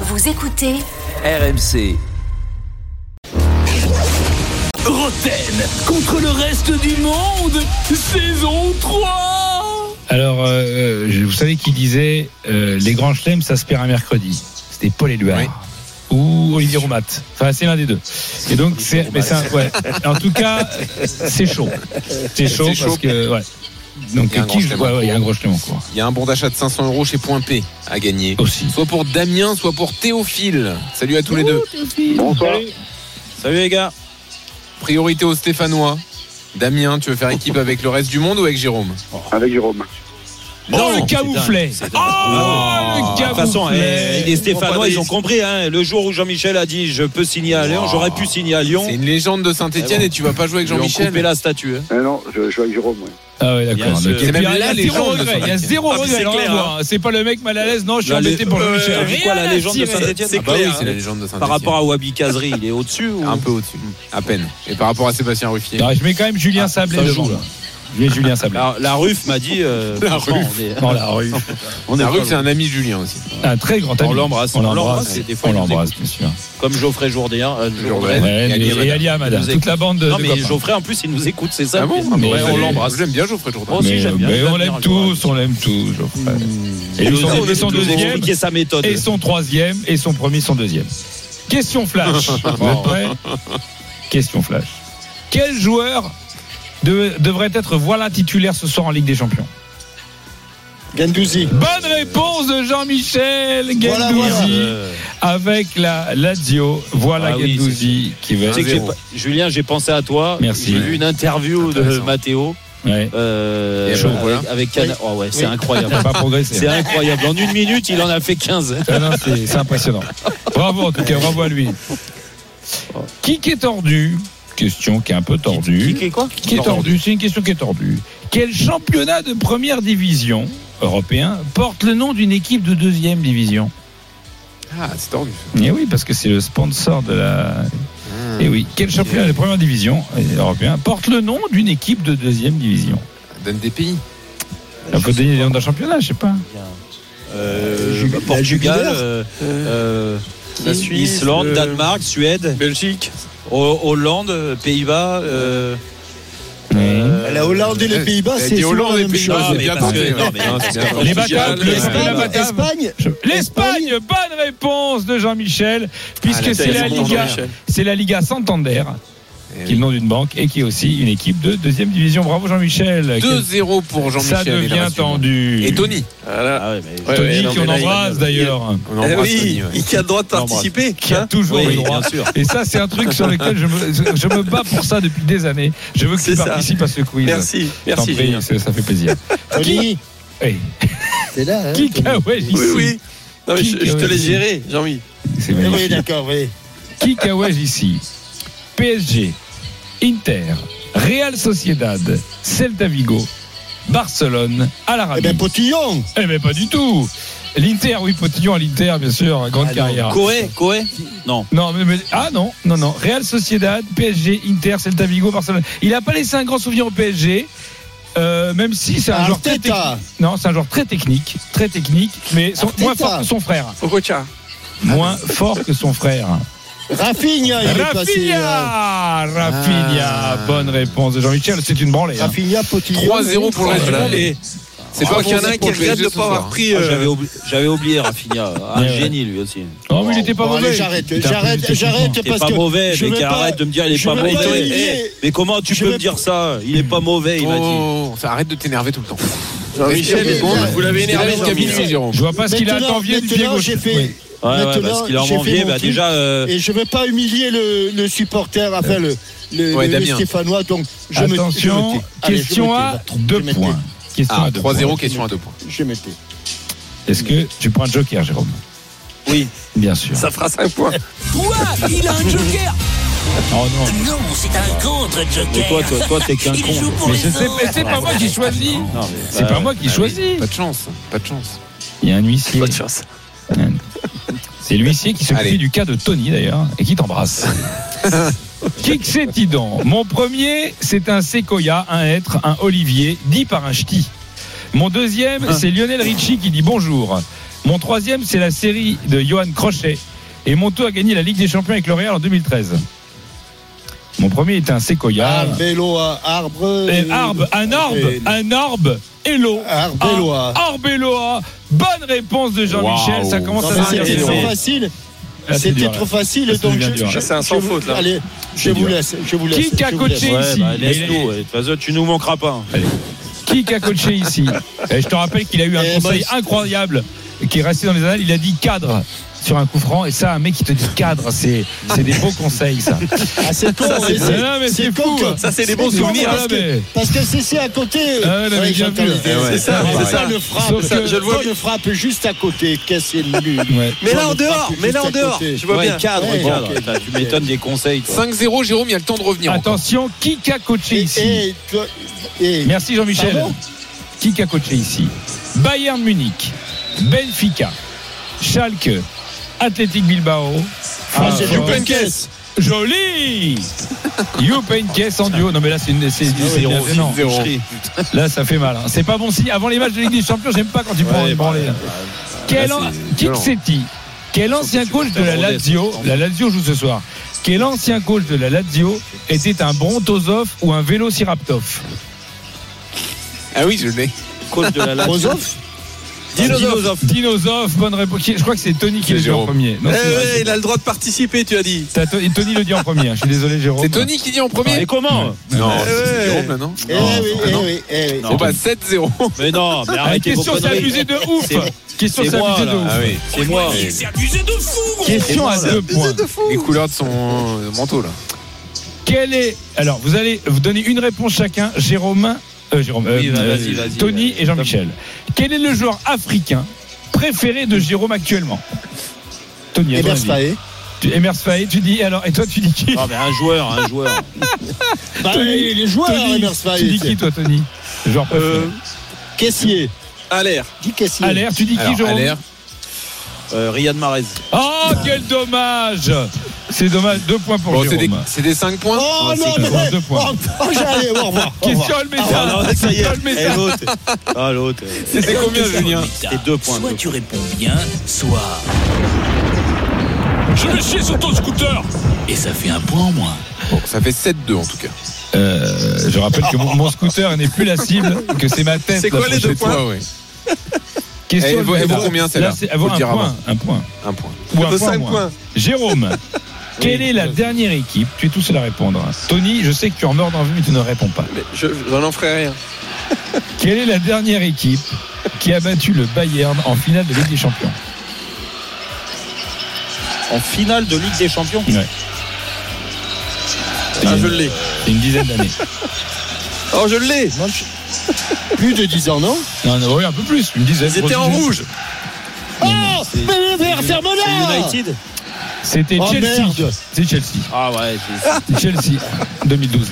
Vous écoutez RMC. Roten contre le reste du monde, saison 3 Alors, euh, je- vous savez qui disait euh, les grands chelems, ça se perd un mercredi. C'était Paul Éluard. Ou Olivier Roumat. Enfin, c'est l'un des deux. Et donc, c'est, mais c'est un- ouais. En tout cas, c'est chaud. C'est chaud, C'est parce chaud. que, ouais. Donc, Il y a qui un grand je- chelem en ouais, ouais, il y a un cours. gros chelem en cours. Il y a un bon d'achat de 500 euros chez Point P à gagner. Aussi. Soit pour Damien, soit pour Théophile. Salut à tous les deux. Bonsoir. Salut les gars. Priorité aux Stéphanois. Damien, tu veux faire équipe avec le reste du monde ou avec Jérôme Avec Jérôme. Oh, Non, le camouflet c'est dingue, c'est Oh, dingue. le De toute façon, eh, camouflet les Stéphanois, ils ont compris. hein. le jour où Jean-Michel a dit je peux signer à Lyon, Wow. j'aurais pu signer à Lyon. C'est une légende de Ah Saint-Etienne bon. et tu vas pas jouer avec Jean-Michel Jean-Michel. la statue. hein. Ah non, je, je joue avec Jérôme. ouais. Ah ouais, Il y a d'accord. ce- ok. c'est Et puis, même Il y là, a les zéro gens ne regret. sont Il y a pas zéro inquiets. regret. Ah, mais c'est alors, on va clair, voir. C'est pas le mec mal à l'aise. Non, je suis La lé- embêté pour Euh, Jean-Michel. c'est quoi la Rien à légende de tirer. Saint-Etienne C'est Ah bah clair, oui, c'est la légende de Saint-Etienne. Par rapport à Wabi Kazri, il est au-dessus ou- Un peu au-dessus. À peine. Et par rapport à Sébastien Ruffier. Bah, Ah, Je mets quand même Julien Sablé ça devant. joue, Ah, moi. Je mets Julien Sablé. La, la RUF m'a dit. euh, La franchement, RUF. on est- Dans la rue. On a vu que c'est un ami de Julien aussi. Un très grand ami. ah On l'embrasse. On On l'embrasse, l'embrasse. et des fois, On il nous l'embrasse, bien sûr. Comme Geoffrey Jourdain. euh, Jourdain. Ouais, Ouais, et Ali mais- Et Hamada. Ali Hamada. Nous Toute écoute. la bande de. Non, de mais copains. Geoffrey, en plus, il nous écoute, c'est ça. Ah le bon plaisir. mais Ouais, vous on allez- l'embrasse. J'aime bien Geoffrey Jourdain. Moi aussi, Mais- j'aime bien. mais j'aime on bien l'aime Geoffrey. tous, on l'aime tous. Geoffrey. Et Il ils nous sont- a- ils sont il nous a deuxième. expliqué sa méthode. Et son troisième, et son premier, son deuxième. Question flash. Vous êtes prêts Question flash. Quel joueur de- devrait être voilà titulaire ce soir en Ligue des Champions Gandouzi. Bonne réponse de Jean-Michel Gendouzi Voilà, voilà. Euh, avec la Lazio. Voilà Ah oui, Gendouzi qui va. tu sais que j'ai zéro. pas- Julien, j'ai pensé à toi. Euh, Merci. J'ai vu une interview de Intéressant. Matteo. Ouais. Euh, Et avec, chaud, voilà. avec Cana- Oh ouais, c'est incroyable. Pas progressé. C'est incroyable. En une minute, il en a fait 15. Ah non, c'est c'est impressionnant. Bravo en tout cas, bravo à lui. Qui qui est tordu Question qui est un peu tordue. Qui est quoi Qui est tordu C'est une question qui est tordue. Quel championnat de première division européen porte le nom d'une équipe de deuxième division Ah, c'est tordu. Eh oui, parce que c'est le sponsor de la. Ah. Eh oui, quel championnat de première division européen porte le nom d'une équipe de deuxième division Donne des pays. Ah, Il faut donner le nom d'un championnat, je sais pas. Euh, Ju- bah, la Portugal, jugulaire. euh, euh, La Is- Suisse, Islande, euh, Danemark, Suède, Belgique. Ho- Hollande, euh, Pays-Bas. euh, euh, La Hollande et les Pays-Bas, Elle c'est dit souvent Hollande la et même Pays-Bas, chose. Ah, c'est mais bien parce tenté, que- ouais. non, mais- Non, c'est bien Les tenté. Bataves, le championnat Espagne, Bataves. Espagne, Je- L'Espagne, bonne réponse de Jean-Michel, puisque euh, c'est la Liga, c'est la Liga Santander, Eh qui est le nom d'une banque et qui est aussi une équipe de deuxième division. Bravo Jean-Michel. 2-0 pour Jean-Michel. Ça et la devient Racing. tendu. Et Tony. Ah ouais, mais- Tony Ouais, ouais, non, qu'on mais là, il a embrasse bien- d'ailleurs, On embrasse Tony, ouais. qui a le droit de participer. qui a toujours Oui, le bien droit. sûr. Et ça, c'est un truc sur lequel je me, je me bats pour ça depuis des années. Je veux que tu participes à ce quiz. Merci, merci. ça fait plaisir. Tony, Hey, c'est là. hein, Qui Tony. Kawai ici oui. Non, mais je, je te l'ai Qui- géré, Jean-Mi. C'est Oui, magnifique. oui, d'accord, oui. Qui Kawaj ici PSG, Inter, Real Sociedad, Celta Vigo, Barcelone, à Eh l'Arabie. bien, Potillon, Eh ben pas du tout. L'Inter, oui, Potillon à l'Inter, bien sûr, grande Ah non, carrière. Coé, Coé Non. Non, mais, mais- ah non, non, non. Real Sociedad, PSG, Inter, Celta Vigo, Barcelone. Il n'a pas laissé un grand souvenir au PSG. euh, même si c'est un joueur très technique. Arteta. Non, c'est un joueur très technique, très technique, mais son- Arteta. moins fort que son frère. Rocha. Moins fort que son frère. Rafinha, il est passé. euh, Rafinha, Rafinha, Ah. bonne réponse de Jean-Michel. C'est une branlée. hein. euh, Rafinha, Potillon. 3-0 pour le reste du Voilà. monde. Et C'est Je pas crois qu'il y en a bon un qui pour le regrette de PSG ne ce pas avoir soir. pris. Ah, euh, J'avais oubli- j'avais oublié Rafinha. Un Ouais, ouais. génie lui aussi. Non, mais il était pas Bon, allez, mauvais. J'arrête, T'as j'arrête, plus j'arrête. Il est parce pas que mauvais, je mais veux pas- arrête de me dire il est je pas veux mauvais. pas Toi, humilier. eh, Mais comment tu Je peux veux- me dire ça Il est pas mauvais, il m'a dit. Oh, enfin, arrête de t'énerver tout le temps. Jean-Michel, Est-ce que- bon, Est-ce que- vous l'avez C'est la énervé, même qu'à Jean-Mi. minuit, Jérôme. Je vois pas ce qu'il a Maintenant, attendu du pied maintenant, gauche. j'ai Oui. fait- Ouais, ouais, Maintenant, parce qu'il en j'ai fait envié. mon Bah, truc. déjà, euh, Et je ne vais pas humilier le, le supporter, enfin le, le, Ouais, le- le Damien. Stéphanois. Donc je me- Attention, je me tais. Allez, je question me tais, à va. deux Je me tais. points. Question Ah, à deux 3-0, points. question à deux points. Je me tais. Est-ce que tu prends un joker, Jérôme Oui. Bien sûr. Ça fera 5 points. Quoi Il a un joker Oh non. Non, c'est un contre-joker. Mais toi, toi, toi, t'es qu'un Il con. joue pour Mais les je sais, autres. mais c'est pas moi qui choisis. Non, mais- C'est bah, pas moi qui choisis. Pas de chance, pas de chance. Il y a un huissier. Pas de chance. C'est l'huissier qui Allez. s'occupe du cas de Tony d'ailleurs et qui t'embrasse. Kixétidan. Mon premier, c'est un séquoia, un être, un olivier, dit par un ch'ti. Mon deuxième, c'est Lionel Richie qui dit bonjour. Mon troisième, c'est la série de Johan Crochet. Et Monto a gagné la Ligue des Champions avec le Real en 2013. Mon premier était un séquoia. Arbeloa, Ah, Arbre. euh, Et arbre, un orbe, Et- un orbe, hello. Arbeloa. Arbeloa. Bonne réponse de Jean-Michel. Waouh. Ça commence Non, à mais devenir C'était dur. trop facile. Ah, c'est C'était dur, trop là. facile. Ça, c'est donc bien je- dur, là. je- C'est un je sans vous- faute, là. Allez, je C'est vous dur. laisse. Je vous laisse. Qui a je vous laisse. coaché Ouais, ici bah, Il est- laisse-nous. ouais. De toute façon, tu nous manqueras pas. Qui a coaché ici Et Je te rappelle qu'il a eu un Eh, conseil Brice. incroyable qui est resté dans les annales. Il a dit cadre sur un coup franc. Et ça, un mec qui te dit cadre, c'est c'est des beaux conseils, ça. Ah, c'est con. mais Non, non, mais c'est con fou. que- Ça, c'est des bons con souvenirs. Parce Ah, que, mais- parce que c'est c'est à côté. Ah, ouais, non, mais bien j'entends vu, là. l'idée. Eh ouais. C'est ça, Ouais, c'est ouais. ça. le frappe. Sauf que- Je le vois. le frappe juste à côté. Qu'est-ce que c'est nul. Ouais. Mais là, Toi, en le frappe dehors, juste mais là, à en dehors. côté. Je vois bien. cadre, Ouais, cadre. ok. Putain, Tu m'étonnes des conseils, toi. 5-0, Jérôme, il y a le temps de revenir. encore. Attention, qui a coaché Et- ici et toi- et- Merci Jean-Michel. Pardon Qui a coaché ici Bayern Munich, Benfica, Schalke, Athletic Bilbao. Ah, c'est Francfort. du plein de caisse. Joli Youpenkes en duo. Non mais là c'est une Ah c'est- c'est Zéro, gênant. zéro. Là ça fait mal. hein. C'est pas bon signe. Avant les matchs de Ligue des Champions, j'aime pas quand tu prends une bah, branlée. Quel an- Kiksetti, quel ancien coach de la Lazio, la Lazio joue ce soir. Quel ancien coach de la Lazio était un Brontosov ou un Vélociraptov Ah oui, je l'ai. Coach de la Lazio. Rozov Dinosophe. Dinosov, bonne réponse. Qui- Je crois que c'est Tony qui C'est le dit en Jérôme. premier. Non, Eh c'est vrai, ouais, c'est- il a le droit de participer, tu as dit. t'as To- Tony le dit en premier. hein. Je suis désolé, Jérôme. C'est Tony qui dit en premier Ah Et comment Non, Eh ouais. c'est Jérôme là, non Eh Non, oui, ah eh non. oui, eh oui. Bon bah 7-0. Mais non, mais Ah, arrêtez vos question, c'est conneries. abusé de ouf. C'est- Question, c'est c'est moi, abusé de là. ouf. Ah oui. C'est moi. C'est abusé de fou, gros. Question à deux points. Les couleurs de son euh, manteau là. Quel est Alors, vous allez vous donner une réponse chacun, Jérôme, euh, Jérôme, euh, Oui, vas- vas-y, euh, vas-y, Tony vas-y. et Jean-Michel. Quel est le joueur africain préféré de Jérôme actuellement Tony, à Et ton avis. Verstappen. Tu- Emers Faé, tu dis alors, et toi tu dis qui Non, mais un joueur, un joueur. Bah, Tony, Ah, il est joueur, Tony, Emers Faé, tu dis c'est- qui toi, Tony Le Joueur préféré. Euh, Caissier. à l'air. Dis caissier. Allaire, tu dis qui Alors, Jérôme Allaire. Euh, Riyad Mahrez. Oh, quel dommage C'est dommage, deux points pour Bon, c'est des, Oh, Jérôme. c'est des 5 points. Oh c'est non, cool. mais. Deux points. Oh, oh, j'allais, au revoir. au revoir. Question Olmeta. Ah, non, ça y est. Olmeta. Eh, l'autre. Ah, l'autre. C'était combien, Julien C'est deux points, Soit deux tu réponds bien, soit. Je vais chier sur ton scooter Et ça fait un point en moins. Bon, ça fait 7-2 en tout cas. Euh, je rappelle que mon, mon scooter n'est plus la cible, que c'est ma tête. C'est la quoi les deux prochaine fois. points ouais. Question Elle vaut- elle Olmeta. vaut combien, celle-là Là, c'est- elle vaut Faut le un dire point, avant. un point. Un point. Ou un De point 5 moins. points. Jérôme, quelle est la dernière équipe Tu es tout seul à répondre. hein. Tony, je sais que tu en meurs d'envie, mais tu ne réponds pas. Mais je, j'en en ferai rien. Quelle est la dernière équipe qui a battu le Bayern en finale de Ligue des Champions En finale de Ligue des Champions. C'est Ah, il y je a une- l'ai. c'est une dizaine d'années. Oh, je l'ai. Plus de 10 ans, non Non, non, oui, un peu plus, une dizaine. Ils étaient en grosse rouge. dizaine. Oh Mais le verre, ferme-la United C'était Oh, Chelsea. merde. C'est Chelsea. Ah ouais, c'est- Chelsea 2012.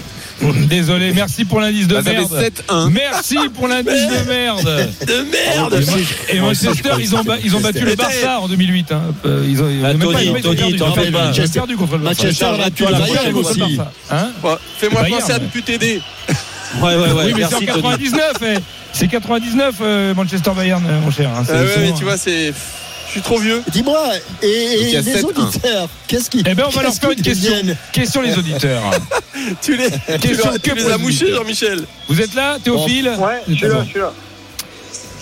Désolé, merci pour l'indice de Ah, ça fait merde. 7-1. Merci pour l'indice de merde. De merde. Et, Mon- et Manchester, ils ont, ba- ils ont battu le Mais t'es- Barça en 2008. hein. Euh, Ils ont, ils ont Ah, même pas- Tony, ils ont Tony, perdu, ils t'en ont fais perdu, pas. ils ont perdu contre le Barça. Manchester a battu Ils le ont Bayern perdu Bayern contre le aussi. Barça. Hein Ouais, Fais-moi Bayern, penser à ouais. te putain aider. Ouais, ouais, ouais. oui, mais c'est en Merci, Tony. 99. eh. C'est 99 euh, Manchester Bayern, euh, mon cher. hein. C'est- Ah ouais, c'est mais bon, tu hein. vois, c'est. Je suis trop vieux. Dis-moi, et, il y et a les 7-1. auditeurs, qu'est-ce qu'ils. Eh bien, on va leur qu'est-ce faire une qu'ils question. deviennent Question les auditeurs. Tu les, tu Question leur- tu que les pour as les mouchés, auditeurs. Jean-Michel. Vous êtes là, Théophile Ouais, je suis là, je suis là.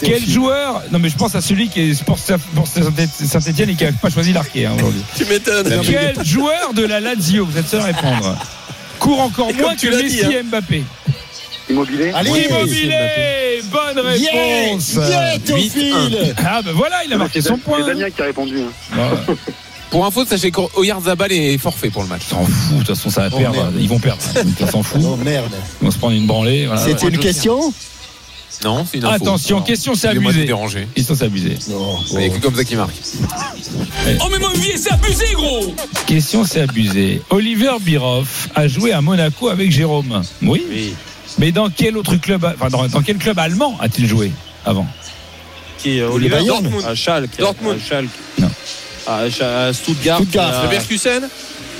Quel joueur Non, mais je pense à celui qui est pour Saint-Etienne et qui n'a pas choisi l'arqué hein, aujourd'hui. Tu m'étonnes. Quel joueur de la Lazio Vous êtes seul à répondre. Court encore Et comme moins que tu l'as Messi dit, hein. et Mbappé. Immobilier Allez, Immobilier Bonne Yeah, réponse yeah, Théophile Ah ben voilà, il a marqué son point. C'est Damien qui a répondu. hein. Ah, Pour info, sachez qu'Oyarzabal est forfait pour le match. S'en fout, de toute façon ça va Oh, perdre, merde. ils vont perdre, on s'en fout, Oh merde ils vont se prendre une branlée. voilà. Ah, C'était une question Non, c'est une info. Attention, question c'est Excusez-moi de vous abusé. déranger. Question c'est abusé. Non. Il n'y a que comme ça qui marque. Oh mais mon vieil, c'est abusé, gros Question c'est abusé. Oliver Biroff a joué à Monaco avec Jérôme. Oui. Oui. Mais dans quel autre club, enfin dans, dans quel club allemand a-t-il joué avant Qui euh, est Le Oliver Bayern Dortmund. À Ah, Schalke. Dortmund. À Schalke. Non. À, Scha- à Stuttgart. Stuttgart. à- Leverkusen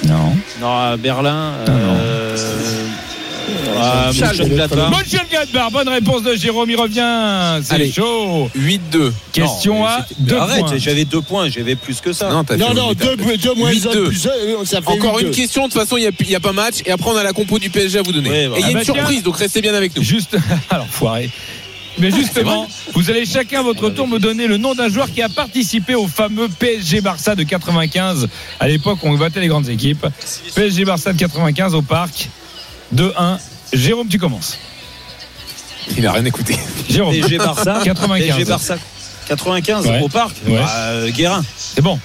Non. non, à Berlin. Non, non. euh, Ah, Charles, Michel le Platard. fameux- Michel Gadbar, bonne réponse de Jérôme, il revient. C'est Allez. chaud. 8-2. Question mais à c'était- mais 2 Arrête, points. j'avais deux points, j'avais plus que ça. Non, t'as fait Non, non, huit, t'as deux, fait- deux moins Huit, un, deux. plus un, ça fait Encore huit, une deux. question, de toute façon, il n'y a, pas match. Et après, on a la compo du PSG à vous donner. Ouais, bah. et il y a Ah une bah tiens. surprise, donc restez bien avec nous. Juste, alors foiré. Mais Ah, justement, vous allez chacun à votre tour me donner le nom d'un joueur qui a participé au fameux PSG Barça de 95. À l'époque, on battait les grandes équipes. PSG Barça de 95 au parc. 2-1. Jérôme, tu commences. Il n'a rien écouté. Jérôme, PSG Barça. 95. PSG Barça. 95 Ouais. au parc. Ouais. Bah, euh, Guérin. c'est bon.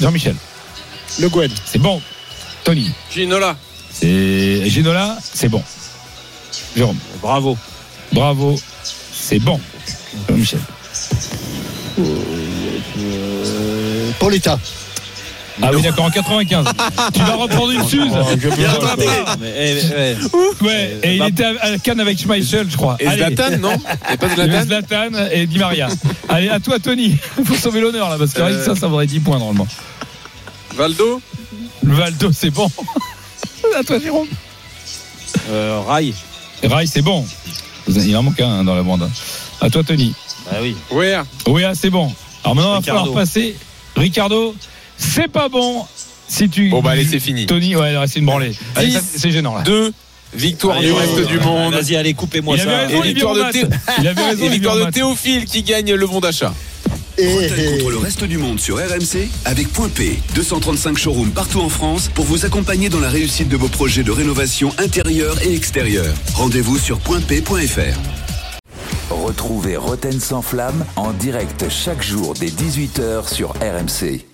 Jean-Michel, Le Gwen. c'est bon. Tony, Ginola. c'est Ginola, c'est bon. Jérôme, Bravo. bravo, c'est bon. Euh, Jean-Michel, Paulita. ah oui, d'accord, en 95. tu vas reprendre une suze. Oh, Ah, Mais, eh, eh, Ouais, et il était à Cannes avec Schmeichel, je crois. Et Allez. Zlatan, non Il n'y a pas de Il y a Zlatan Zlatan et Di Maria. Allez, à toi, Tony, pour sauver l'honneur, là, parce que Euh. rien que ça, ça vaudrait 10 points, normalement. Valdo Le Valdo, c'est bon. à toi, Jérôme. euh, Rai. Rai, c'est bon. Il en manque un hein, dans la bande. À toi, Tony. Ah oui. Ouais. Oui, ah, c'est bon. Alors maintenant, il va Ricardo. falloir passer. Ricardo, c'est pas bon. Si tu. Bon, bah, allez, c'est fini. Tony, ouais, il reste une branlée. Allez, Dix. ça, C'est gênant, là. 2. Victoire Allez, du ouais, reste ouais, du ouais. monde. Vas-y, allez, coupez-moi Il ça. avait raison, Et il victoire vient au de Théo. mat. Il avait raison, Et il victoire vient au de mat. Théophile qui gagne le bon d'achat. Et, Bretagne contre le reste du monde sur RMC avec Point P. 235 showrooms partout en France pour vous accompagner dans la réussite de vos projets de rénovation intérieure et extérieure. Rendez-vous sur pointp.fr. Retrouvez Roten sans flamme en direct chaque jour dès 18h sur RMC.